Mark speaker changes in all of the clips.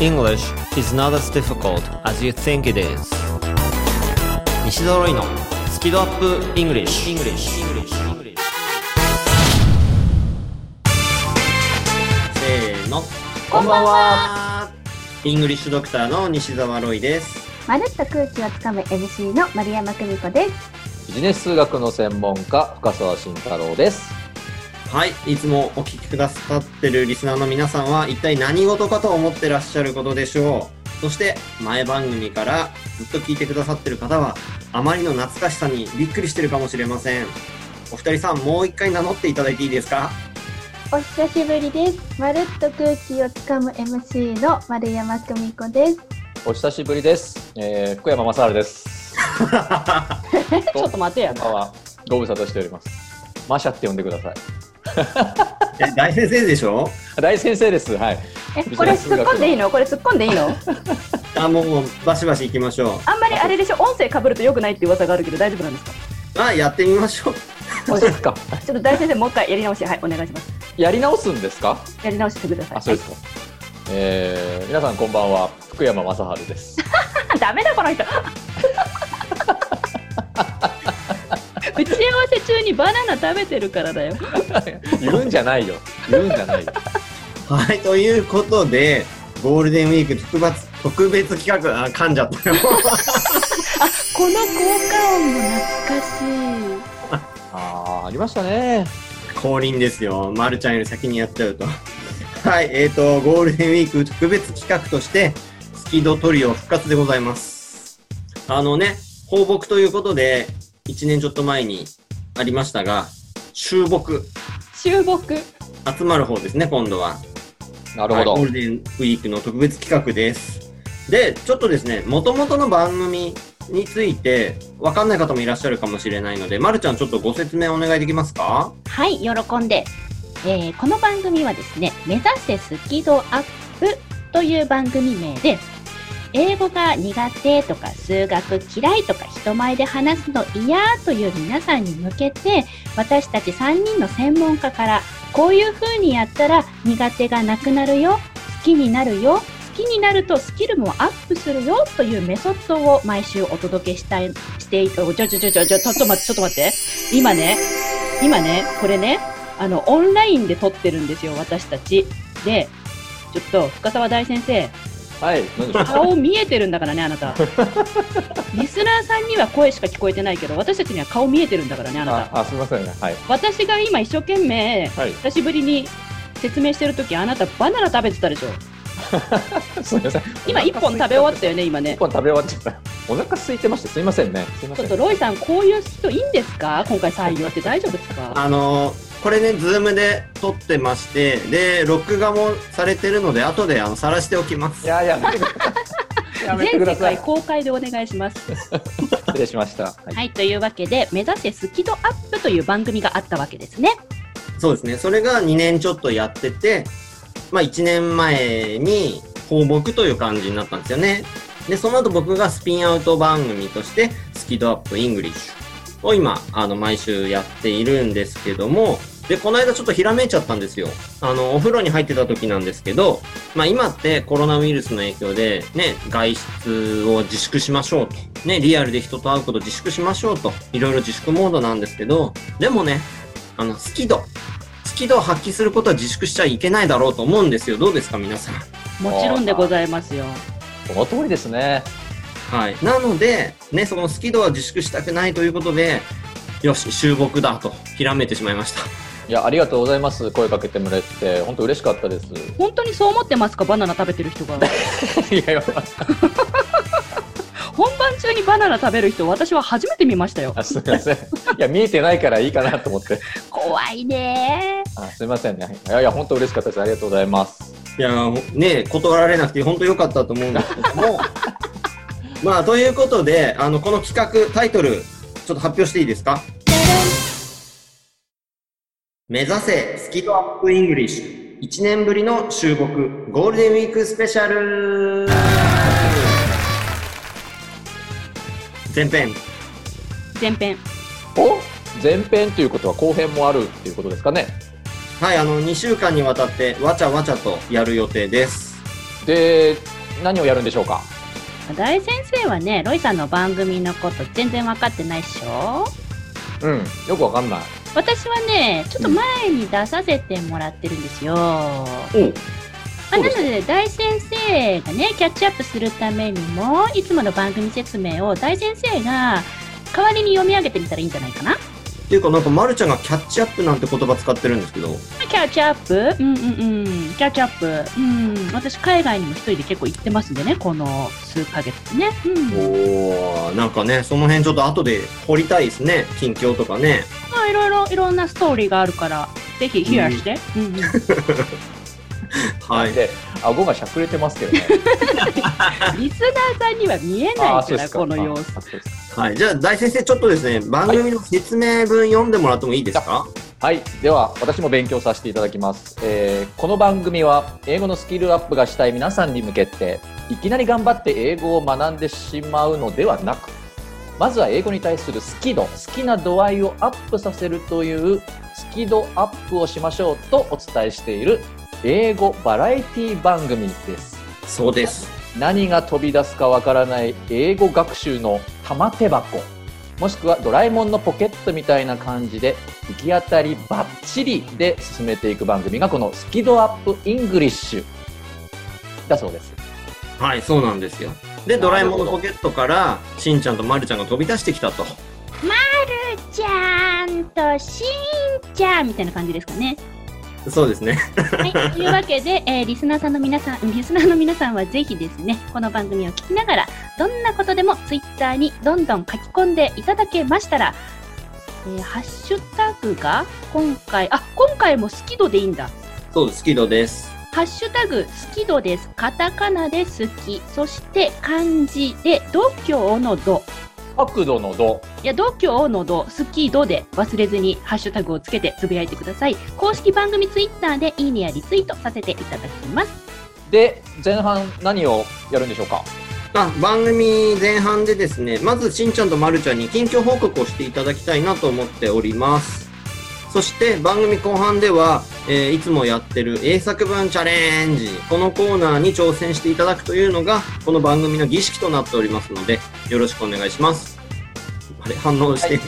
Speaker 1: English is not as difficult as you think it is 西ドロイのスピードアップ English, English. せーの
Speaker 2: こんばん
Speaker 1: はイングリッシュドクターの西澤ロイです
Speaker 2: まるっと空気をつかむ MC の丸山久美子です。
Speaker 3: ビジネス数学の専門家深澤慎太郎です
Speaker 1: はいいつもお聞きくださってるリスナーの皆さんは一体何事かと思ってらっしゃることでしょうそして前番組からずっと聞いてくださってる方はあまりの懐かしさにびっくりしてるかもしれませんお二人さんもう一回名乗っていただいていいですか
Speaker 2: お久しぶりです。まるっと空気をつかむ MC の丸山久美 子です。
Speaker 3: お久しぶりです、えー、福山雅治です
Speaker 4: ちょっと待 てや
Speaker 3: 今はご無沙汰しておりますマシャって呼んでください
Speaker 1: え大先生でしょ
Speaker 3: 大先生ですはい
Speaker 4: え、これ突っ込んでいいのこれ突っ込んでいいの
Speaker 1: あもうバシバシ行きましょ
Speaker 4: あんまりあれでしょ音声被ると良くないって噂があるけど大丈夫なんですか
Speaker 1: うあやってみましょう
Speaker 3: そうですか
Speaker 4: ちょっと大先生もう一回やり直し、はい、お願いします。
Speaker 3: やり直すんですか
Speaker 4: やり直してください。
Speaker 3: あそうですか、えー、皆さんこんばんは福山雅治です
Speaker 4: あダメだこ の人打ち合わせ中にバナナ食べてるからだよ。
Speaker 3: 言うんじゃないよ言うんじゃないよ
Speaker 1: はい、ということで、ゴールデンウィーク特別特別企画、あ、噛んじゃったよ。
Speaker 2: この効果音も懐かし
Speaker 3: あーありましたね
Speaker 1: 降臨ですよ。まるちゃんより先にやっちゃうと。 はい、えっ、ー、と、ゴールデンウィーク特別企画として、スキードトリオ復活でございます。あのね、放牧ということで、1年ちょっと前にありましたが、集牧、
Speaker 4: 注目。
Speaker 1: 集まる方ですね、今度は。
Speaker 3: なるほど、
Speaker 1: はいゴールデンウィークの特別企画です。で、ちょっとですね、もともとの番組について、わかんない方もいらっしゃるかもしれないので、まるちゃん、ちょっとご説明お願いできますか
Speaker 5: はい、喜んで、えーこの番組はですね、目指せスキドアップという番組名で、英語が苦手とか数学嫌いとか人前で話すの嫌という皆さんに向けて、私たち3人の専門家から、こういう風にやったら苦手がなくなるよ、好きになるよ、好きになるとスキルもアップするよというメソッドを毎週お届けしたい、してい、おちょちょちょちょ、ちょちょっと待って、ちょっと待って。今ね、今ね、これね、あの、オンラインで撮ってるんですよ、私たち。で、ちょっと、深沢大先生、
Speaker 3: はい何でしょう
Speaker 4: 顔見えてるんだからね、あな た。リスナーさんには声しか聞こえてないけど、私たちには顔見えてるんだからね、あな
Speaker 3: あ
Speaker 4: た。
Speaker 3: あすみませんねはい
Speaker 4: 私が今一生懸命、
Speaker 3: はい
Speaker 4: 久しぶりに説明してるとき、あなたバナナ食べてたでしょ。
Speaker 3: すみません
Speaker 4: 今一本食べ終わったよね、今ね
Speaker 3: 一。本食べ終わっちゃった。お腹空いてました。すいませんね。すいま
Speaker 4: ち
Speaker 3: せ
Speaker 4: ょっ
Speaker 3: ん。
Speaker 4: とロイさん、こういう人いいんですか今回採用って大丈夫ですか
Speaker 1: あのーこれね、ズームで撮ってまして、で、録画もされてるので、後で、あの、晒しておきま
Speaker 3: い
Speaker 1: す。
Speaker 3: やいや、やめてください。やめて
Speaker 4: 全
Speaker 3: くだ
Speaker 4: 世
Speaker 3: さ
Speaker 4: 界
Speaker 3: い。
Speaker 4: 公開でお願いします。
Speaker 3: 失礼しました。はい
Speaker 5: はい、というわけで、目指せスキドアップという番組があったわけですね。
Speaker 1: そうですね、それが2年ちょっとやってて、まあ、1年前に放牧という感じになったんですよね。で、その後僕がスピンアウト番組として、スキドアップイングリッシュを今、あの、毎週やっているんですけども、で、この間ちょっとひらめいちゃったんですよ。あの、お風呂に入ってた時なんですけど、まあ今ってコロナウイルスの影響で、ね、外出を自粛しましょうと。ね、リアルで人と会うこと自粛しましょうと。いろいろ自粛モードなんですけど、でもね、あの、スキド、スキドを発揮することは自粛しちゃいけないだろうと思うんですよ。どうですか、皆さん。
Speaker 4: もちろんでございますよ。
Speaker 3: その通りですね。
Speaker 1: はい。なので、ね、そのスキドは自粛したくないということで、よし、終木だと、ひらめいてしまいました。
Speaker 3: いや、ありがとうございます。声かけてもらって、本当嬉しかったです。
Speaker 4: 本当にそう思ってますかバナナ食べてる人 が。
Speaker 3: いやいや、
Speaker 4: 本番中にバナナ食べる人、私は初めて見ましたよ。
Speaker 3: あすみません。いや、見えてないからいいかなと思って。
Speaker 5: 怖いね
Speaker 3: あすみませんね。いやいや、本当嬉しかったです。ありがとうございます。
Speaker 1: いやー、ね、断られなくて本当良かったと思うんですけど も。まあ、ということで、あの、この企画、タイトル、ちょっと発表していいですか目指せスキドアップイングリッシュ1年ぶりの終木ゴールデンウィークスペシャル前編
Speaker 4: 前編。
Speaker 3: お前編ということは後編もあるっていうことですかね。
Speaker 1: はいあの2週間にわたってわちゃわちゃとやる予定です
Speaker 3: で、何をやるんでしょうか
Speaker 5: 大先生はねロイさんの番組のこと全然分かってないっしょ
Speaker 3: うん、よくわかんない。
Speaker 5: 私はねちょっと前に出させてもらってるんですよ、
Speaker 1: おう
Speaker 5: まあ、
Speaker 3: そう
Speaker 5: な
Speaker 3: で
Speaker 5: の
Speaker 3: すか
Speaker 5: で大先生がねキャッチアップするためにもいつもの番組説明を大先生が代わりに読み上げてみたらいいんじゃないかな
Speaker 1: っていうかなんかまるちゃんがキャッチアップなんて言葉使ってるんですけど
Speaker 5: キャッチアップ
Speaker 4: うんうんうん。キャッチアップ。うん。私、海外にも一人で結構行ってますんでね、この数ヶ月ね。うん。
Speaker 1: おーなんかねその辺ちょっと後で掘りたいですね近況とかね
Speaker 4: まあ、いろいろ、いろんなストーリーがあるから、ぜひ、ヒアして。うんうん。
Speaker 1: はい
Speaker 3: で、顎がしゃくれてます けどね。
Speaker 4: リスナーさんには見え
Speaker 3: あ
Speaker 4: な
Speaker 3: あ、
Speaker 4: いか
Speaker 3: そうで
Speaker 4: ら、
Speaker 3: すか。
Speaker 4: この様子。
Speaker 3: あそうです
Speaker 1: はいじゃあ大先生ちょっとですね番組の説明文読んでもらってもいいですか
Speaker 3: はい、では私も勉強させていただきます、えーこの番組は英語のスキルアップがしたい皆さんに向けていきなり頑張って英語を学んでしまうのではなくまずは英語に対する好き度好きな度合いをアップさせるという好き度アップをしましょうとお伝えしている英語バラエティ番組です
Speaker 1: そうです
Speaker 3: 何が飛び出すかわからない英語学習の玉手箱もしくはドラえもんのポケットみたいな感じで行き当たりばっちりで進めていく番組がこの「スキドアップイングリッシュ」だそうです
Speaker 1: はいそうなんですよでドラえもんのポケットからしんちゃんとまるちゃんが飛び出してきたと
Speaker 5: ちゃんとしんちゃんみたいな感じですかね
Speaker 1: そうですね
Speaker 5: はい、というわけで、えーリスナーさんの皆さん、リスナーの皆さんはぜひですね、この番組を聞きながら、どんなことでもツイッターにどんどん書き込んでいただけましたら、えーハッシュタグが今回、あ、今回も好き度でいいんだ。
Speaker 1: そうですキドです
Speaker 5: ハッシュタグ、好き度です。カタカナで好き。そして漢字で、度胸の度。
Speaker 3: 角度の度
Speaker 5: いや、度胸の度、スキー度で忘れずにハッシュタグをつけてつぶやいてください。公式番組ツイッターでいいねやリツイートさせていただきます。
Speaker 3: で前半何をやるんでしょうか
Speaker 1: あ番組前半でですねまずしんちゃんとまるちゃんに近況報告をしていただきたいなと思っておりますそして番組後半では、えーいつもやってる英作文チャレンジこのコーナーに挑戦していただくというのがこの番組の儀式となっておりますのでよろしくお願いしますあれ反応して、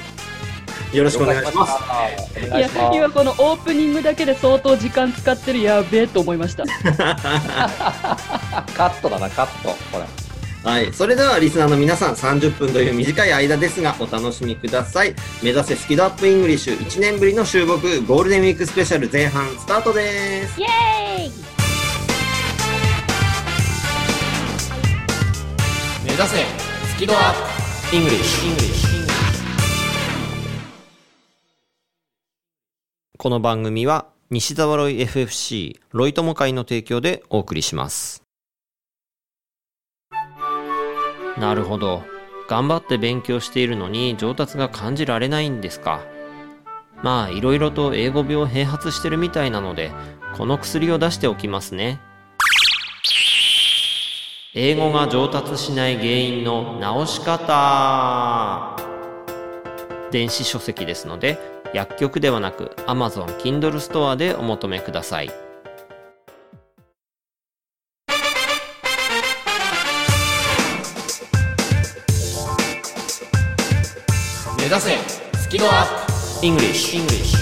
Speaker 1: よろしくお願いします
Speaker 3: お
Speaker 4: い
Speaker 3: 願い
Speaker 4: や
Speaker 3: しま、す
Speaker 4: 今このオープニングだけで相当時間使ってるやべえと思いました。
Speaker 3: あカットだなカットこれ
Speaker 1: はい。それではリスナーの皆さん30分という短い間ですがお楽しみください。目指せスキドアップイングリッシュ1年ぶりの収録ゴールデンウィークスペシャル前半スタートです。
Speaker 5: イエーイ
Speaker 3: 目指せスキドアップイングリッシュ
Speaker 1: この番組は西沢ロイ FFC ロイ友会の提供でお送りします。なるほど。頑張って勉強しているのに上達が感じられないんですか。まあいろいろと英語病併発してるみたいなのでこの薬を出しておきますね。英語が上達しない原因の直し方電子書籍ですので薬局ではなく Amazon Kindle ストアでお求めください
Speaker 3: 目指せスキドアップ
Speaker 1: English, English.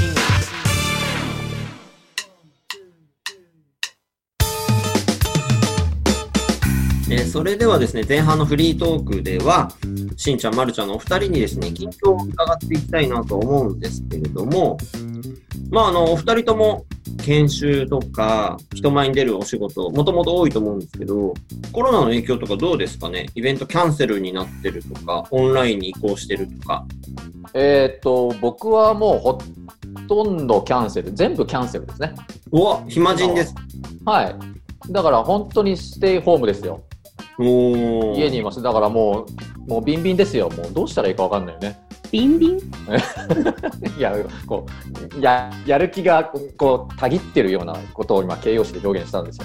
Speaker 1: えーそれではですね前半のフリートークではしんちゃんまるちゃんのお二人にですね近況を伺っていきたいなと思うんですけれどもまああのお二人とも研修とか人前に出るお仕事もともと多いと思うんですけどコロナの影響とかどうですかねイベントキャンセルになってるとかオンラインに移行してるとか
Speaker 3: えーっと僕はもうほとんどキャンセル全部キャンセルですね
Speaker 1: うわ暇人です
Speaker 3: はいだから本当にステイホームですよ
Speaker 1: おー
Speaker 3: 家にいますだからもうもうビンビンですよもうどうしたらいいかわかんないよね
Speaker 5: ビンビン
Speaker 3: いやこうややる気がこうたぎってるようなことを今形容詞で表現したんですよ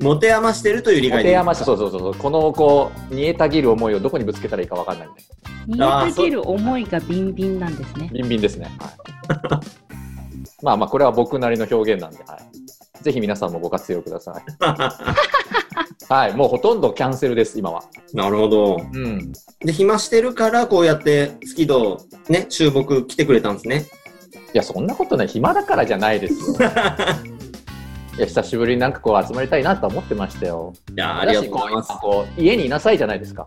Speaker 1: 持て余してるという理
Speaker 3: 持
Speaker 1: 解
Speaker 3: て
Speaker 1: で
Speaker 3: 余しそうそうそうそうこのこう煮えたぎる思いをどこにぶつけたらいいかわかんないんで
Speaker 4: 煮えたぎる思いがビンビンなんですね。
Speaker 3: ビンビンですね、はいまあまあこれは僕なりの表現なんで、はい、ぜひ皆さんもご活用くださいはい、もうほとんどキャンセルです、今は。
Speaker 1: なるほど。
Speaker 3: うん。
Speaker 1: で、暇してるから、こうやって、スキド、ね、注目来てくれたんですね。
Speaker 3: いや、そんなことない。暇だからじゃないで すよ。いや、久しぶりになんかこう集まりたいなとは思ってましたよ。
Speaker 1: いや、ありがとうございます
Speaker 3: だし。こう今こう家にいなさいじゃないですか。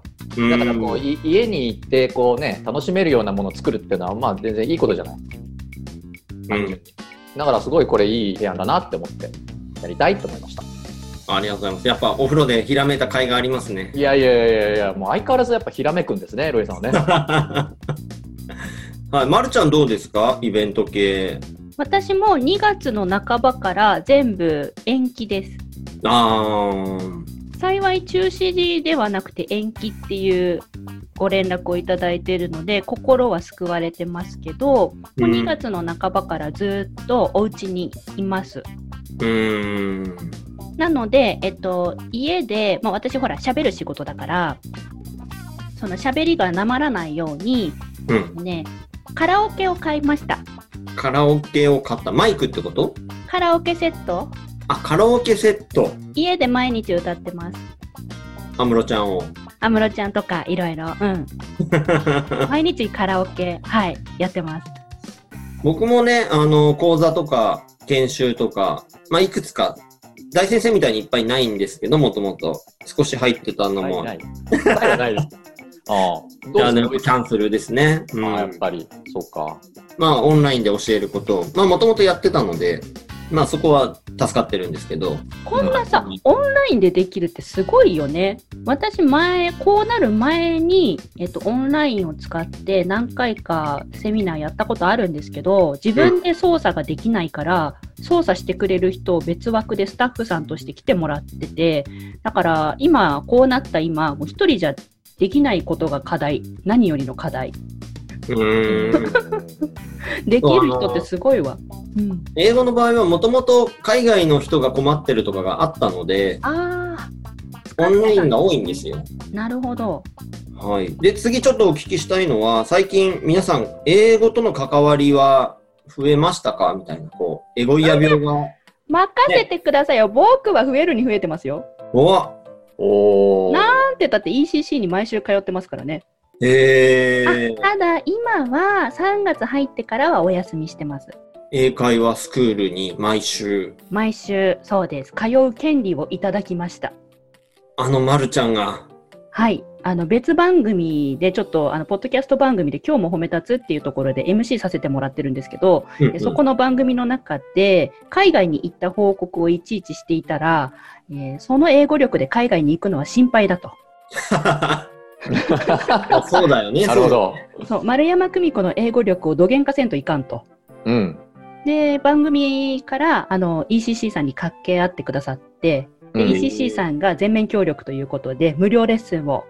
Speaker 3: だからこう、
Speaker 1: うん
Speaker 3: い家に行ってこうね、楽しめるようなものを作るっていうのは、まあ全然いいことじゃない。
Speaker 1: うん、
Speaker 3: だからすごいこれいい提案だなって思って、やりたいと思いました。
Speaker 1: ありがとうございます。やっぱお風呂でひらめいた甲斐がありますね。
Speaker 3: いやいやいやいや、もう相変わらずやっぱひらめくんですね、ロイさんはね。
Speaker 1: はい、まるちゃんどうですかイベント系。
Speaker 5: 私も2月の半ばから全部延期です。
Speaker 1: あー、
Speaker 5: 幸い中止ではなくて延期っていうご連絡をいただいているので心は救われてますけど、
Speaker 1: うん
Speaker 5: 2月の半ばからずっとお家にいます。
Speaker 1: うーん。
Speaker 5: なので、えっと、家で、まあ、私ほら喋る仕事だからその喋りがなまらないように
Speaker 1: うん。
Speaker 5: ねカラオケを買いました
Speaker 1: カラオケを買った。マイクってこと
Speaker 5: カラオケセット
Speaker 1: あ、カラオケセット。
Speaker 5: 家で毎日歌ってます
Speaker 1: 安室ちゃんを。
Speaker 5: 安室ちゃんとかいろいろうん毎日カラオケはいやってます
Speaker 1: 僕もね、あの、講座とか、研修とか、まあ、いくつか、大先生みたいにいっぱいないんですけど、もともと。少し入ってたの
Speaker 3: はい
Speaker 1: も、
Speaker 3: ないい。はいない です。ああ、ど
Speaker 1: やで
Speaker 3: う
Speaker 1: も
Speaker 3: で
Speaker 1: キ
Speaker 3: すか
Speaker 1: ャンセルですね。うん、
Speaker 3: ああやっぱり、そうか。
Speaker 1: まあ、オンラインで教えることを、まあ、もともとやってたので、まあ、そこは助かってるんですけど、
Speaker 5: こんなさオンラインでできるってすごいよね私前こうなる前に、えっと、オンラインを使って何回かセミナーやったことあるんですけど自分で操作ができないから、操作してくれる人を別枠でスタッフさんとして来てもらっててだから今こうなった今もう一人じゃできないことが課題何よりの課題
Speaker 1: うーん。
Speaker 5: できる人ってすごいわ、うん、
Speaker 1: 英語の場合は、もともと海外の人が困ってるとかがあったので、
Speaker 5: あ
Speaker 1: オンラインが多いんですよ。
Speaker 5: ーなるほど
Speaker 1: はい。で、次ちょっとお聞きしたいのは、最近皆さん、英語との関わりは増えましたかみたいな、こう、エゴイア病が。
Speaker 5: 任せてくださいよ、僕は増えるに増えてますよ
Speaker 1: おわ
Speaker 3: おお。
Speaker 5: なんてだって ECC に毎週通ってますからね。
Speaker 1: えー、
Speaker 5: ただ今は3月入ってからはお休みしてます。
Speaker 1: 英会話スクールに毎週、
Speaker 5: 毎週そうです。通う権利をいただきました。
Speaker 1: あのまるちゃんが、
Speaker 5: はい。あの別番組でちょっとあのポッドキャスト番組で今日も褒め立つっていうところで MC させてもらってるんですけど、
Speaker 1: うん
Speaker 5: そこの番組の中で海外に行った報告をいちいちしていたら、えーその英語力で海外に行くのは心配だと。
Speaker 1: そうだよね。
Speaker 3: なるほど。
Speaker 5: そう丸山久美子の英語力をどげんかせんといかんと。
Speaker 3: うん。
Speaker 5: で、番組から、あの、ECC さんに掛け合ってくださって、
Speaker 3: う
Speaker 5: で
Speaker 3: ん
Speaker 5: ECC さんが全面協力ということで、無料レッスンを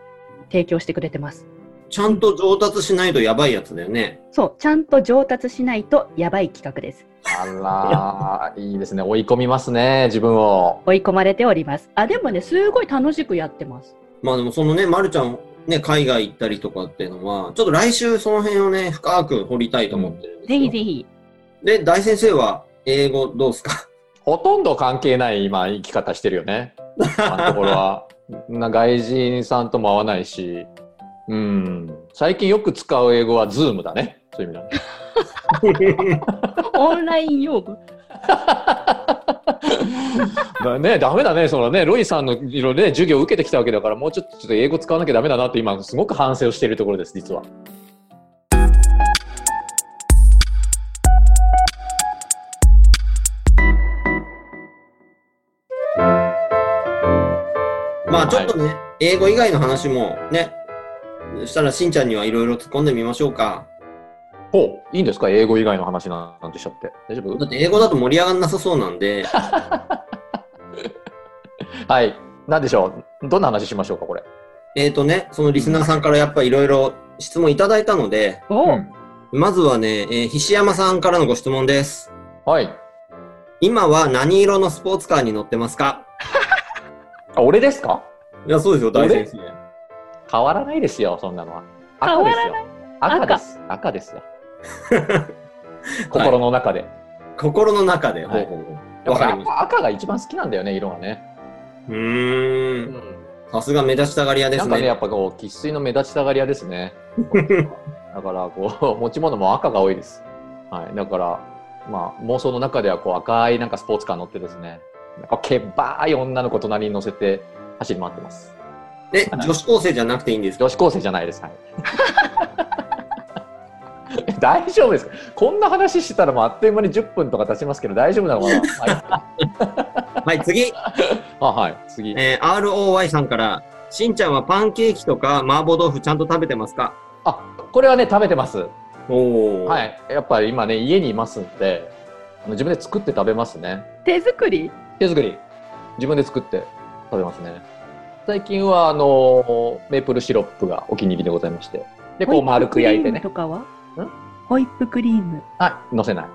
Speaker 5: 提供してくれてます。
Speaker 1: ちゃんと上達しないとやばいやつだよね。
Speaker 5: そう、ちゃんと上達しないとやばい企画です。
Speaker 3: あら、いいですね。追い込みますね、自分を。
Speaker 5: 追い込まれております。あ、でもね、すごい楽しくやってます。
Speaker 1: まあでもそのね、まるちゃん、ね、海外行ったりとかっていうのは、ちょっと来週その辺をね、深く掘りたいと思ってるんです
Speaker 5: ぜ
Speaker 1: よ。
Speaker 5: ひぜひ。
Speaker 1: で、大先生は英語どうですか
Speaker 3: ほとんど関係ない今、生き方してるよね。あのところは。 な外人さんとも会わないし。うん。最近よく使う英語はズームだね。そういう意味
Speaker 5: オンライン用語。
Speaker 3: だね。だね、ダメだね。そのね、ロイさんのいろいろね、授業を受けてきたわけだから、もうちょっとちょっと英語使わなきゃダメだなって今、すごく反省をしているところです、実は。
Speaker 1: まあちょっとね、英語以外の話もね、そしたらしんちゃんにはいろいろ突っ込んでみましょうか。
Speaker 3: ほう、いいんですか英語以外の話なんてしちゃって。大丈夫
Speaker 1: だって英語だと盛り上がんなさそうなんで、
Speaker 3: はい。なんでしょうどんな話しましょうか、これ。
Speaker 1: えっとね、そのリスナーさんからやっぱいろいろ質問いただいたので、
Speaker 5: おう、
Speaker 3: うん
Speaker 1: まずはね、えー、菱山さんからのご質問です。
Speaker 3: はい。
Speaker 1: 今は何色のスポーツカーに乗ってますか
Speaker 3: あ、俺ですか
Speaker 1: いや、そうですよ、大先生。
Speaker 3: 変わらないですよ、そんなのは。赤ですよ。赤です。赤で すよ。心の中で。
Speaker 1: 心の中で、
Speaker 3: はい
Speaker 1: ほうほうほう
Speaker 3: やっ
Speaker 1: わ
Speaker 3: ぱ
Speaker 1: か
Speaker 3: り
Speaker 1: りまし
Speaker 3: 赤赤が一番好きなんだよね、色がね。
Speaker 1: うーん。さすが目立ちたがり屋で
Speaker 3: な
Speaker 1: す
Speaker 3: んか
Speaker 1: ね。
Speaker 3: ね、やっぱこう、生粋の目立ちたがり屋で すね。だから、こう、持ち物も赤が多いです。はい。だから、まあ、妄想の中では、こう、赤いなんかスポーツカー乗ってですね、なんか、けばーい女の子隣に乗せて走り回ってます。
Speaker 1: え、女子高生じゃなくていいんですか
Speaker 3: 女子高生じゃないです。はい。え 大丈夫ですかこんな話してたらもうあっという間に10分とか経ちますけど大丈夫なのかな、
Speaker 1: はい、次。
Speaker 3: あはい、次。
Speaker 1: えー ROY さんから、しんちゃんはパンケーキとか麻婆豆腐ちゃんと食べてますか
Speaker 3: あこれはね、食べてます。
Speaker 1: おお。。
Speaker 3: はいい。やっぱり今ね、家にいますんで、あの自分で作って食べますね。
Speaker 4: 手作り
Speaker 3: 手作り。自分で作って食べますね。最近は、あの、メープルシロップがお気に入りでございまして。で、こう丸く焼いてね
Speaker 4: ホイップクリームと。かはホイップクリーム。
Speaker 3: はい、乗せない。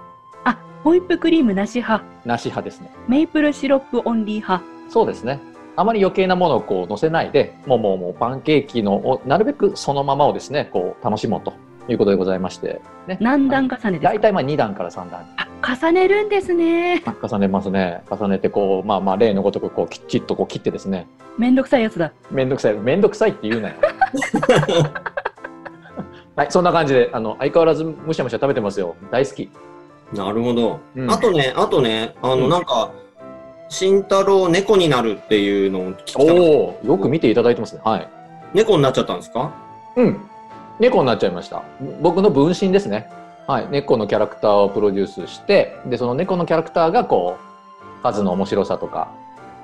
Speaker 4: あ、ホイップクリームなし派。
Speaker 3: 梨派ですね。
Speaker 4: メープルシロップオンリー派。
Speaker 3: そうですね。あまり余計なものをこう乗せないで、もうもうもうパンケーキのをなるべくそのままをですね、こう楽しもうということでございまして、ね。
Speaker 4: 何段重ねです
Speaker 3: 大
Speaker 4: か
Speaker 3: 体まあ2段から3段
Speaker 4: あ、重ねるんですね。
Speaker 3: 重ねますね。重ねてこう、まあまあ例のごとくこうきちっとこう切ってですね、
Speaker 4: めんどくさいやつだ。
Speaker 3: めんどくさい、めんどくさいって言う なよ。はい、そんな感じで、あの相変わらずむしゃむしゃ食べてますよ。大好き。
Speaker 1: なるほど。
Speaker 3: うん
Speaker 1: あとね、あとね、あの、
Speaker 3: うん
Speaker 1: なんか、慎太郎猫になるっていうのを聞きたい。
Speaker 3: おお、よく見ていただいてますね。はい。
Speaker 1: 猫になっちゃったんですか
Speaker 3: うん。猫になっちゃいました。僕の分身ですね。はい。猫のキャラクターをプロデュースして、で、その猫のキャラクターがこう、数の面白さとか、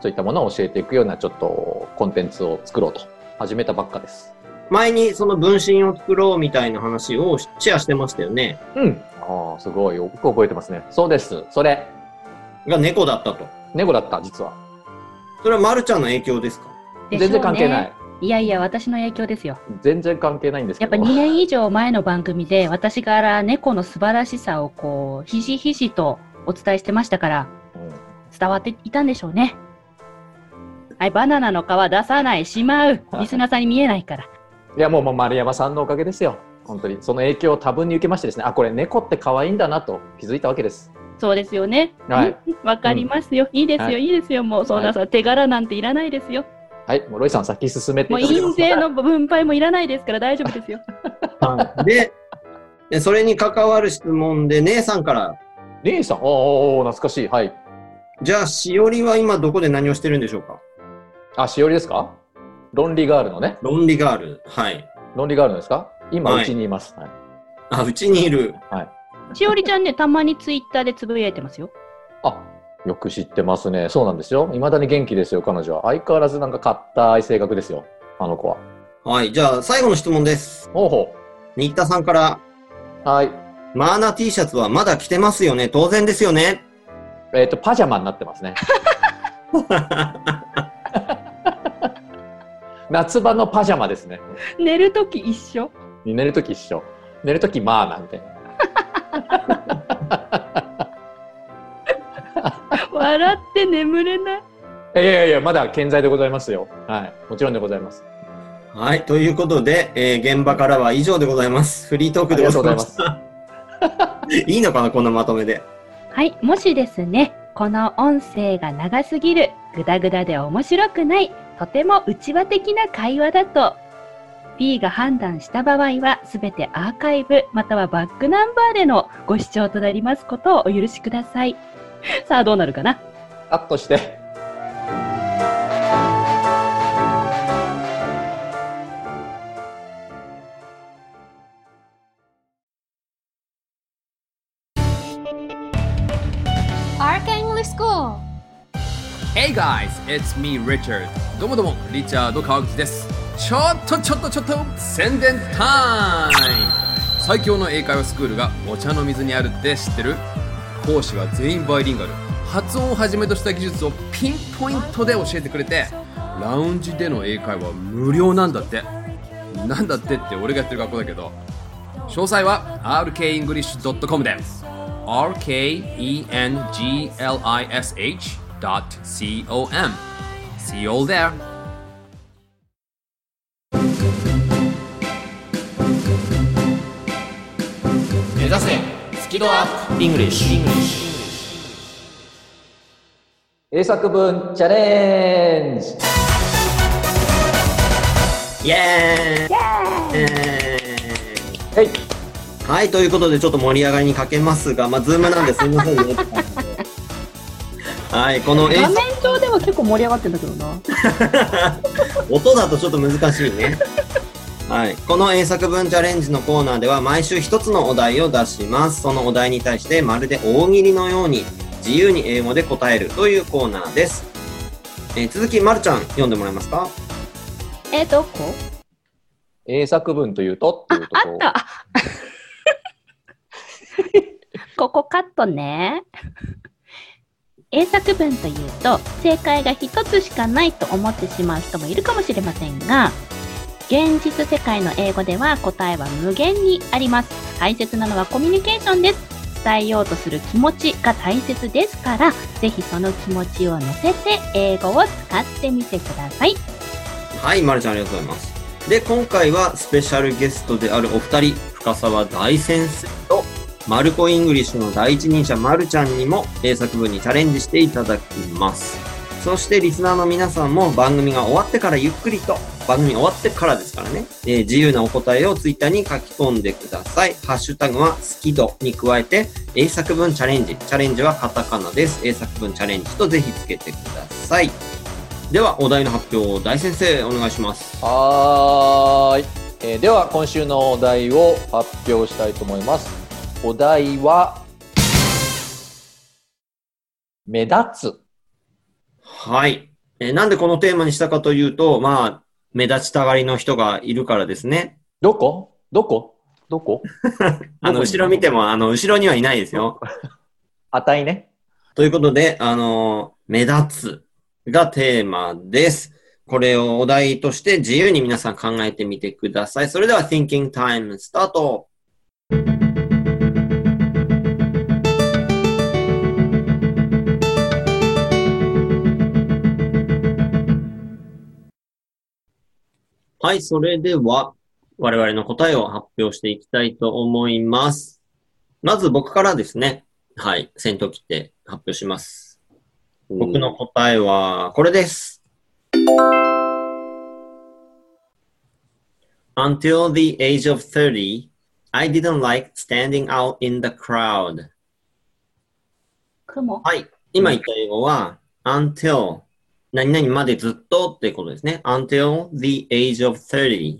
Speaker 3: そういったものを教えていくようなちょっとコンテンツを作ろうと始めたばっかです。
Speaker 1: 前にその分身を作ろうみたいな話をシェアしてましたよね。
Speaker 3: うん。ああ、すごい。よく覚えてますね。そうです。それ。
Speaker 1: が猫だったと。
Speaker 3: 猫だった、実は。
Speaker 1: それはまるちゃんの影響ですか
Speaker 5: でしょうね
Speaker 3: 全然関係ない。
Speaker 5: いやいや、私の影響ですよ。
Speaker 3: 全然関係ないんですけ
Speaker 5: やっ
Speaker 3: ど。
Speaker 5: ぱ2年以上前の番組で、私から猫の素晴らしさをこう、ひしひしとお伝えしてましたから、
Speaker 3: うん
Speaker 5: 伝わっていたんでしょうね。はい、バナナの皮出さない、し まう。リスナーさんに見えないから。
Speaker 3: いやもうもう丸山さんのおかげですよ。本当にその影響を多分に受けましてですね、あこれ猫って可愛いんだなと気づいたわけです。
Speaker 5: そうですよね。
Speaker 3: はい、
Speaker 5: うん。わかりますよ。いいですよ、、
Speaker 3: はい
Speaker 5: いですよ。もう、そんなさ、手柄なんていらな いですよ。
Speaker 3: はい、もうロイさん先進めて
Speaker 5: もう、
Speaker 3: いただきま
Speaker 5: 印
Speaker 3: す。
Speaker 5: 税の分配もいらないですから大丈夫ですよ。
Speaker 1: で、でそれに関わる質問で姉さんから、
Speaker 3: 姉さん、おーおーおー懐かしい。はい。
Speaker 1: じゃあしおりは今どこで何をしてるんでしょうか
Speaker 3: あ、しおりですか？ロンリーガールのね、
Speaker 1: ロンリガール。はい。
Speaker 3: ロンリーガールのですか？今
Speaker 1: はいう
Speaker 3: ちにいます。はい。
Speaker 1: あ、うちにいる。
Speaker 5: しおりちゃんね、たまにツイッターでつぶやいてますよ。
Speaker 3: あ、よく知ってますね。そうなんですよ。未だに元気ですよ。彼女は相変わらずなんか硬い性格ですよ。あの子は。
Speaker 1: はい。じゃあ最後の質問です。
Speaker 3: おうほ
Speaker 1: 新田さんから、
Speaker 3: う。はい。
Speaker 1: マーナ T シャツはまだ着てますよね。当然ですよね。
Speaker 3: えっ、とパジャマになってます ね。夏場のパジャマですね。
Speaker 4: 寝るとき一緒。
Speaker 3: 寝るとき一緒。寝るときまあなんて。
Speaker 4: 笑って眠れない。
Speaker 3: いやいやいや、まだ健在でございますよ。はい。もちろんでございます。
Speaker 1: はい。ということで、えー現場からは以上でございます。フリートークでございました。いいのかな、こんなまとめで。
Speaker 5: はい、もしですね、この音声が長すぎる、グダグダで面白くない、とても内輪的な会話だと、P が判断した場合は、すべてアーカイブ、またはバックナンバーでのご視聴となりますことをお許しください。さあ、どうなるかな
Speaker 3: カットして。
Speaker 6: Arca English School
Speaker 7: Hey guys, it's me Richard. どうもどうも、リチャード川口です。ちょっとちょっとちょっと、宣伝タイム最強の英会話スクールがお茶の水にあるって知ってる講師は全員バイリンガル。発音をはじめとした技術をピンポイントで教えてくれて、ラウンジでの英会話は無料なんだって。なんだってって俺がやってる学校だけど。詳細は rkenglish.com で e rkenglish.com See you all there!
Speaker 3: 英作文チャレンジ
Speaker 1: イエーイ
Speaker 3: はい
Speaker 1: はい、ということでちょっと盛り上がりに欠けますが、まあ、ズームなんですいませんね。はい、この英
Speaker 4: 画面上では結構盛り上がってんだけどな。
Speaker 1: 音だとちょっと難しいね。はい、この英作文チャレンジのコーナーでは毎週一つのお題を出します。そのお題に対してまるで大喜利のように自由に英語で答えるというコーナーです。えー続き、まるちゃん読んでもらえますか
Speaker 5: えー、どこ
Speaker 3: 英作文というとっていうとこ
Speaker 5: あっ たあここカットね。英作文というと、正解が一つしかないと思ってしまう人もいるかもしれませんが、現実世界の英語では答えは無限にあります。大切なのはコミュニケーションです。伝えようとする気持ちが大切ですから、ぜひその気持ちを乗せて英語を使ってみてください。
Speaker 1: はい、まるちゃんありがとうございます。で、今回はスペシャルゲストであるお二人、深沢大先生と、マルコ・イングリッシュの第一人者、まるちゃんにも英作文にチャレンジしていただきます。そして、リスナーの皆さんも番組が終わってからゆっくりと、番組終わってからですからね、えー自由なお答えをツイッターに書き込んでください。ハッシュタグは、好き度に加えて、英作文チャレンジ。チャレンジはカタカナです。英作文チャレンジとぜひつけてください。では、お題の発表を大先生、お願いします。
Speaker 3: はーい、えーでは今週のお題を発表したいと思いますお題は目立つ
Speaker 1: はい。えーなんでこのテーマにしたかというと、まあ、目立ちたがりの人がいるからですね。
Speaker 3: どこどこどこ
Speaker 1: あの、
Speaker 3: 僕
Speaker 1: 後ろ見ても、あの、後ろにはいないですよ。
Speaker 3: あたいね
Speaker 1: ということで、あのー目立つがテーマです。これをお題として自由に皆さん考えてみてください。それでは Thinking Time スタート。はい、それでは我々の答えを発表していきたいと思います。まず僕からですね。はい、戦闘機って発表します。僕の答えはこれです。Until the age of 30, I didn't like standing out in the crowd.
Speaker 5: 雲
Speaker 1: はい、今言った英語は、until 何々までずっとってことですね。until the age of 30.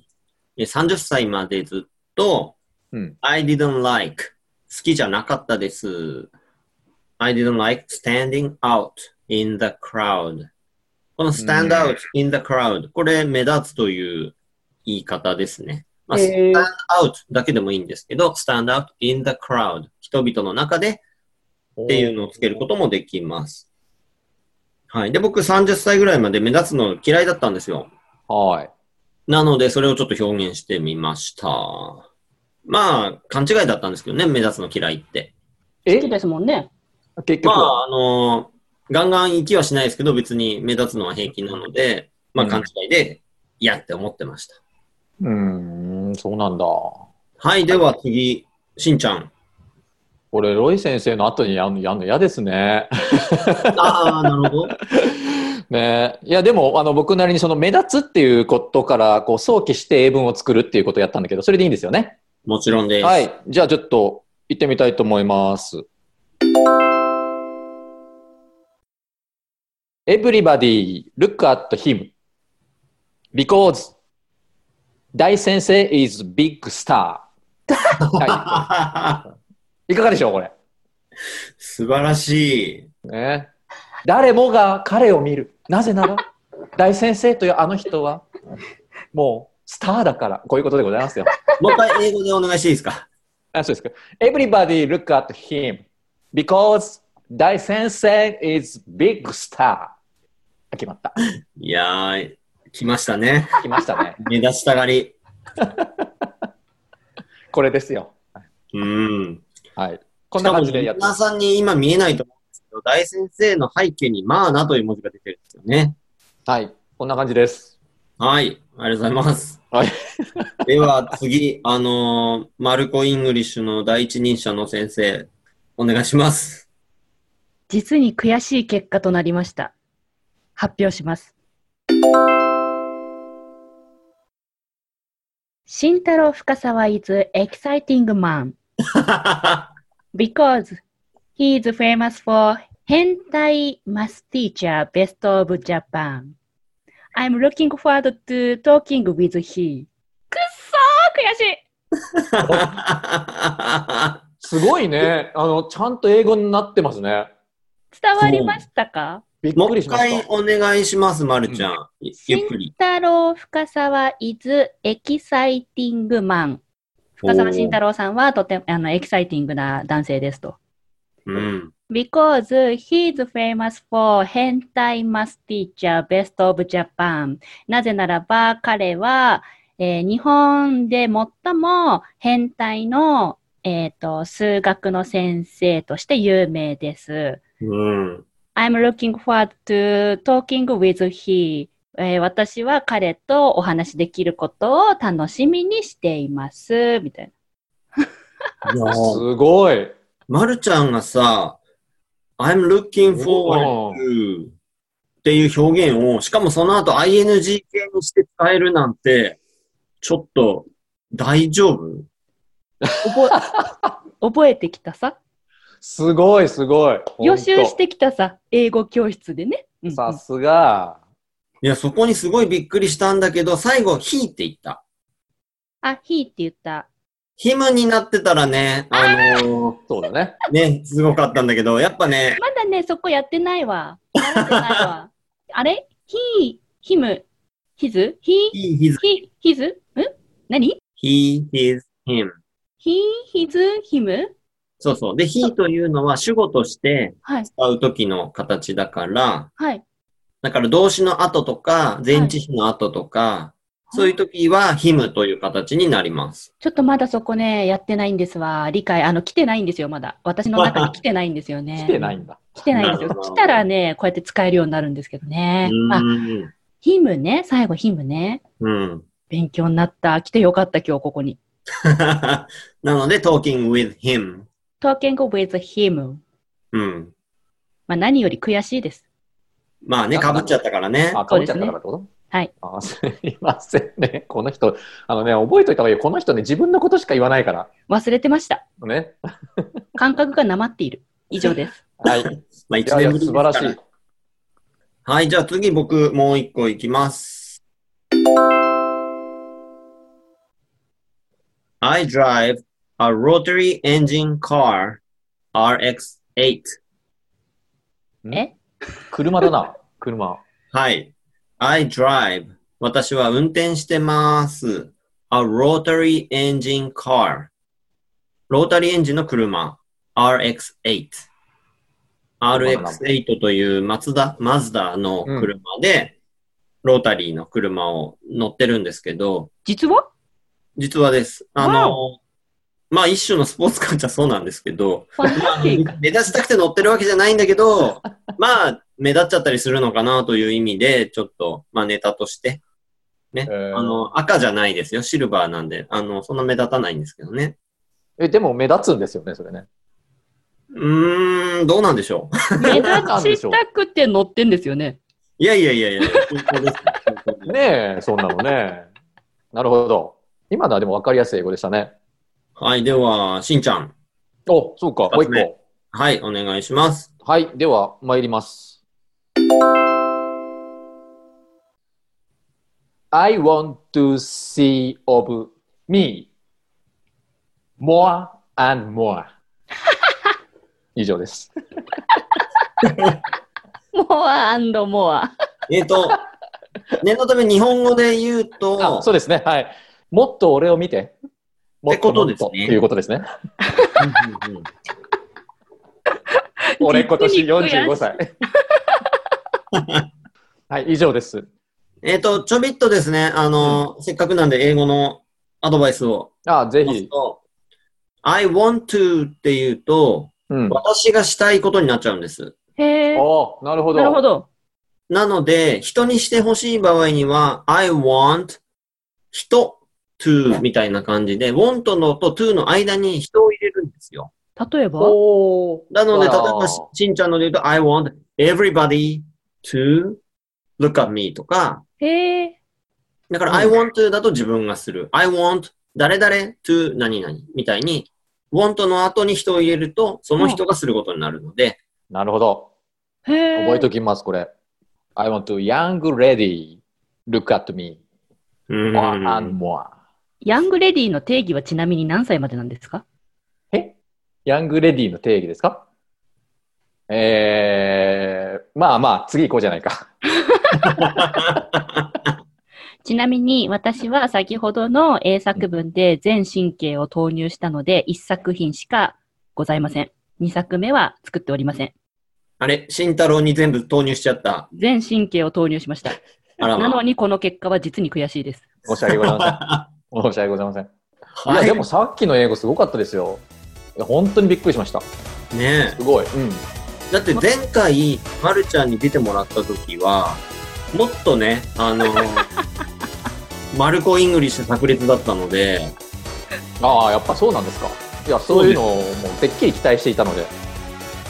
Speaker 1: え30歳までずっと、
Speaker 3: うん、
Speaker 1: I didn't like 好きじゃなかったです。I didn't like standing out in the crowd. この stand out in the crowd、これ目立つという言い方ですね。まあ、
Speaker 4: へ
Speaker 1: stand
Speaker 4: ー
Speaker 1: out だけでもいいんですけど、stand out in the crowd 人々の中でっていうのをつけることもできます。はい。で、僕30歳ぐらいまで目立つの嫌いだったんですよ。
Speaker 3: はい
Speaker 1: なので、それをちょっと表現してみました。まあ、勘違いだったんですけどね、目立つの嫌いって。
Speaker 4: 好きですもんね。
Speaker 3: 結局
Speaker 1: ま
Speaker 3: は、
Speaker 1: あ、あのガンガン行きはしないですけど、別に目立つのは平気なので、まあ、
Speaker 3: うん
Speaker 1: 勘違いで、いやって思ってました。
Speaker 3: うーんそうなんだ
Speaker 1: はい、では次、しんちゃん。
Speaker 3: 俺ロイ先生の後にやんのやんの嫌ですね
Speaker 1: ああ、なるほど。
Speaker 3: ねいやでもあの僕なりにその目立つっていうことからこう想起して英文を作るっていうことをやったんだけどそれでいいんですよね
Speaker 1: もちろんです。
Speaker 3: はい。じゃあちょっと行ってみたいと思います。Everybody, look at him. Because 大先生 is big star. は
Speaker 1: あ
Speaker 3: い。いかがでしょう、これ。
Speaker 1: 素晴らしい。
Speaker 3: ね。誰もが彼を見る。なぜなら、大先生というあの人は、もうスターだから。こういうことでございますよ。
Speaker 1: もう一回英語でお願いしていいですか。
Speaker 3: あ、そうですか。Everybody look at him because 大先生 is big star. あ決まった。
Speaker 1: いやー、来ました ね。
Speaker 3: 来ましたね。
Speaker 1: 目立ちたがり。
Speaker 3: これですよ。
Speaker 1: うん。
Speaker 3: はい。こんな感じでやって
Speaker 1: しかもリスナーさんに今見えないと思うんですけど、大先生の背景に、まあなという文字が出てるんですよね。
Speaker 3: はい。こんな感じです。
Speaker 1: はい。ありがとうございます。
Speaker 3: はい。
Speaker 1: では次、あのーマルコ・イングリッシュの第一人者の先生、お願いします。
Speaker 5: 実に悔しい結果となりました。発表します。慎太郎深沢 is exciting man
Speaker 1: は
Speaker 5: because he is famous for 変態 math teacher best of Japan. I'm looking forward to talking with he. くっそー悔しい
Speaker 3: すごいね。あの、ちゃんと英語になってますね。
Speaker 5: 伝わりましたか
Speaker 3: びっ
Speaker 1: も
Speaker 3: く
Speaker 1: う
Speaker 3: り
Speaker 1: 一
Speaker 3: しまし
Speaker 1: 回
Speaker 3: た。
Speaker 1: お願いします、まるちゃん。ゆゆっくり。
Speaker 5: 太郎深沢 is exciting man 深沢慎太郎さんはとてもあのエキサイティングな男性ですと。
Speaker 1: うん。
Speaker 5: Because he is famous for 変態マスティーチャー best of Japan なぜならば彼は、えー日本で最も変態の、えー、と数学の先生として有名です。
Speaker 1: うん。
Speaker 5: I'm looking forward to talking with he. えー私は彼とお話しできることを楽しみにしています。みたい
Speaker 1: いや
Speaker 3: すごい。
Speaker 1: まるちゃんがさ、I'm looking forward to っていう表現を、しかもその後 ing 系にして使えるなんて、ちょっと大丈夫
Speaker 5: な。覚えてきたさ。
Speaker 3: すごい、すごい。
Speaker 5: 予習してきたさ。英語教室でね。うんうん
Speaker 3: さすが。
Speaker 1: いや、そこにすごいびっくりしたんだけど、最後、he って言った。
Speaker 5: あ、he って言った。
Speaker 1: him になってたらね、あの
Speaker 3: そうだね。
Speaker 1: ーね、すごかったんだけど、やっぱね、
Speaker 5: まだね、そこやってないわ。慣れてないわ あれ ?he, him, his, he,
Speaker 1: he, his,
Speaker 5: he, his? ん何
Speaker 1: he, his, him.
Speaker 5: ?he, his, him?
Speaker 1: そうそう。で、he というのは主語として
Speaker 5: はい、
Speaker 1: 使う時の形だから、
Speaker 5: はい。
Speaker 1: だから動詞の後とか、前置詞の後とか、そういう時は him という形になります。
Speaker 5: ちょっとまだそこね、やってないんですわ。理解、あの、来てないんですよ、まだ。私の中に来てないんですよね。
Speaker 3: 来てないんだ。
Speaker 5: 来てないんです
Speaker 1: な
Speaker 5: よ。
Speaker 1: るほど
Speaker 5: 来たらね、こうやって使えるようになるんですけどね。あ、
Speaker 1: うん。
Speaker 5: ヒムね、最後ヒムね。
Speaker 1: うん。
Speaker 5: 勉強になった。来てよかった、今日ここに。
Speaker 1: なので、talking with him。
Speaker 5: talking with him。
Speaker 1: うん。
Speaker 5: まあ何より悔しいです。
Speaker 1: まあね、被っちゃったからね。
Speaker 3: あ、かぶっちゃったからってこと
Speaker 5: はい。
Speaker 3: あすいませんね。この人、あのね、覚えといた方がいいよ。この人ね、自分のことしか言わないから。
Speaker 5: 忘れてました。
Speaker 3: ね。
Speaker 5: 感覚がなまっている。以 上です。
Speaker 3: はい。い
Speaker 1: まあ、 一
Speaker 3: や
Speaker 1: 年
Speaker 3: い
Speaker 1: ぶ
Speaker 3: や、
Speaker 1: りです
Speaker 3: 素
Speaker 1: か
Speaker 3: 晴
Speaker 1: ら
Speaker 3: らしい。
Speaker 1: はい、じゃあ次僕もう一個いきます。I drive a rotary engine car RX8.
Speaker 5: え
Speaker 3: 車だな。車。
Speaker 1: はい。I drive. 私は運転してます。A rotary engine car. ロータリーエンジンの車。RX8。RX8 というマツダ、マズダの車で、ロータリーの車を乗ってるんですけど、
Speaker 5: 実は
Speaker 1: 実はです。あの、まあ一種のスポーツカーじゃそうなんですけど、
Speaker 5: ファンタスティ ック。
Speaker 1: 目立ちたくて乗ってるわけじゃないんだけど、まあ、目立っちゃったりするのかなという意味で、ちょっと、まあネタとして。ね
Speaker 3: え。ー
Speaker 1: あの、赤じゃないですよ。シルバーなんで、あの、そんな目立たないんですけどね。
Speaker 3: え、でも目立つんですよね、それね。
Speaker 1: うーん、どうなんでしょう。
Speaker 5: 目立ちたくて乗ってんですよね。
Speaker 1: いやいやいやいや、本当です。本当に
Speaker 3: ねえ、そんなのね。なるほど。今のはでも分かりやすい英語でしたね。
Speaker 1: はい、では、しんちゃん。
Speaker 3: お、そうか、も
Speaker 1: 二
Speaker 3: う一
Speaker 1: つ目
Speaker 3: 個。
Speaker 1: はい、お願いします。
Speaker 3: はい、では参ります。I want to see of me more and more 以上です。
Speaker 5: モアアンドモア。
Speaker 1: えっ、と、念のため日本語で言う
Speaker 3: あ
Speaker 1: と、
Speaker 3: そうですね、はい。もっと俺を見て。も
Speaker 1: ってことですね
Speaker 3: もっということですね。
Speaker 1: うんうんうん
Speaker 3: 俺今年
Speaker 5: 実に
Speaker 3: 45歳。はい、以上です。
Speaker 1: えっ、と、ちょびっとですね、あの、せっかくなんで英語のアドバイスを
Speaker 3: あ、ぜ
Speaker 1: ます
Speaker 3: ひ。
Speaker 1: と、I want to って言うと、
Speaker 3: うん。
Speaker 1: 私がしたいことになっちゃうんです。
Speaker 5: へえ。
Speaker 3: おなるほど。
Speaker 5: なるほど。
Speaker 1: なので、人にしてほしい場合には、I want 人 to みたいな感じで、want のと to の間に人を入れるんですよ。
Speaker 4: 例えば、
Speaker 3: おお。
Speaker 1: なので、例え
Speaker 3: あー
Speaker 1: ば、ししんちゃんので言うと、I want everybody to look at me とか、
Speaker 4: へえ
Speaker 1: だから、I want to だと自分がする。I want 誰々 to 何々みたいに、want の後に人を入れると、その人がすることになるので、
Speaker 3: なるほど。
Speaker 4: ー、へえ。
Speaker 3: 覚えときます、これ。I want to young lady look at me
Speaker 1: う
Speaker 3: more
Speaker 1: ん
Speaker 3: and more.
Speaker 4: ヤングレディの定義はちなみに何歳までなんですか
Speaker 3: えヤングレディの定義ですかえー、まあまあ、次行こうじゃな いか。
Speaker 4: ちなみに私は先ほどの英作文で全神経を投入したので1作品しかございません。2作目は作っておりません。
Speaker 1: あれ、慎太郎に全部投入しちゃった。
Speaker 4: 全神経を投入しました。
Speaker 1: あら
Speaker 4: なの
Speaker 1: ま。
Speaker 4: にこの結果は実に悔しいです。
Speaker 3: 申し訳ございま せん。申し訳ございません。いや、
Speaker 1: はい
Speaker 3: でもさっきの英語すごかったですよ。いや本当にびっくりしました。す
Speaker 1: ねえ
Speaker 3: ごい。うん。
Speaker 1: だって前回、まるちゃんに出てもらった時は、もっとね、あ の、マルコ・イングリッシュ炸裂だったので、
Speaker 3: ああ、やっぱそうなんですか。いや、そういうのをもうてっきり期待していたので。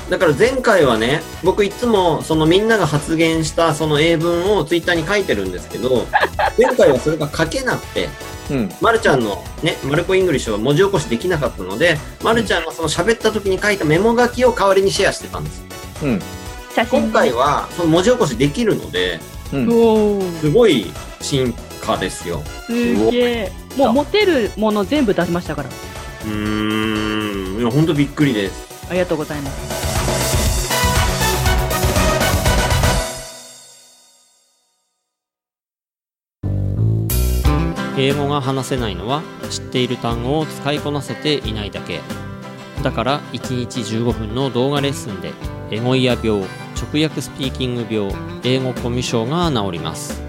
Speaker 1: だから前回はね、僕いつもそのみんなが発言したその英文をツイッターに書いてるんですけど、 前回はそれが書けなくて、
Speaker 3: うん。
Speaker 1: まるちゃんのね、マルコ・イングリッシュは文字起こしできなかったので、まるちゃんがその喋った時に書いたメモ書きを代わりにシェアしてたんです。
Speaker 3: うん。
Speaker 4: 写真
Speaker 1: 今回はその文字起こしできるので、
Speaker 3: うん。
Speaker 4: おー
Speaker 1: すごい進化ですよ。
Speaker 4: すげえ。もう持てるもの全部出しましたから。
Speaker 1: うーん、いや、ほんとびっくりです。
Speaker 4: ありがとうございます。
Speaker 8: 英語が話せないのは知っている単語を使いこなせていないだけだから1日15分の動画レッスンでエゴイヤ病直訳スピーキング病英語コミュ障が治ります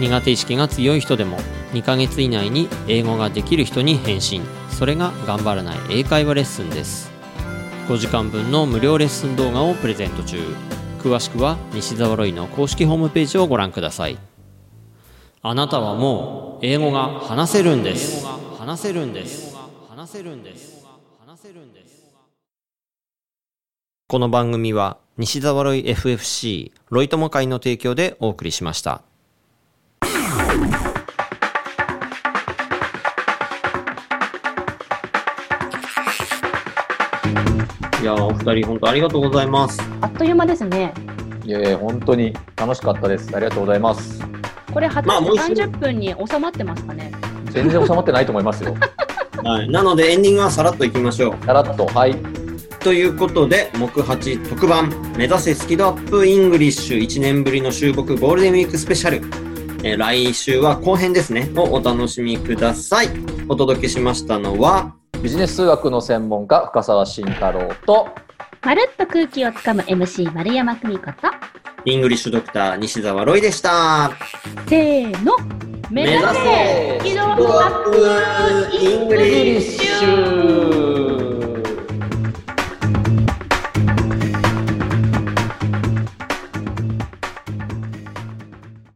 Speaker 8: 苦手意識が強い人でも2ヶ月以内に英語ができる人に返信それが頑張らない英会話レッスンです5時間分の無料レッスン動画をプレゼント中詳しくは西澤ロイの公式ホームページをご覧くださいあなたはもう英語が話せるんです。話せるんです。話せるんです。話せるんです。この番組は西澤ロイ FFC ロイ友会の提供でお送りしました。
Speaker 1: いやー、お二人ほんとありがとうございます。
Speaker 5: あっという間ですね。
Speaker 3: いやいや、本当に楽しかったです。ありがとうございます。
Speaker 5: これ、果
Speaker 1: まあ
Speaker 5: た
Speaker 1: もう一
Speaker 5: して
Speaker 1: 度
Speaker 5: 30分に収まってますかね。
Speaker 3: 全然収まってないと思いますよ。
Speaker 1: はい。なのでエンディングはさらっといきましょう。
Speaker 3: さらっと、はい。
Speaker 1: ということで、木八特番、目指せスキドアップイングリッシュ1年ぶりの収録ゴールデンウィークスペシャル。えー来週は後編ですね、をお楽しみください。お届けしましたのは、
Speaker 3: ビジネス数学の専門家、深澤慎太郎と、
Speaker 5: まるっと空気をつかむ MC 丸山久美子と、
Speaker 1: イングリッシュドクター西澤ロイでした。
Speaker 5: せーの、目指せ
Speaker 1: スキドアップイングリッシュ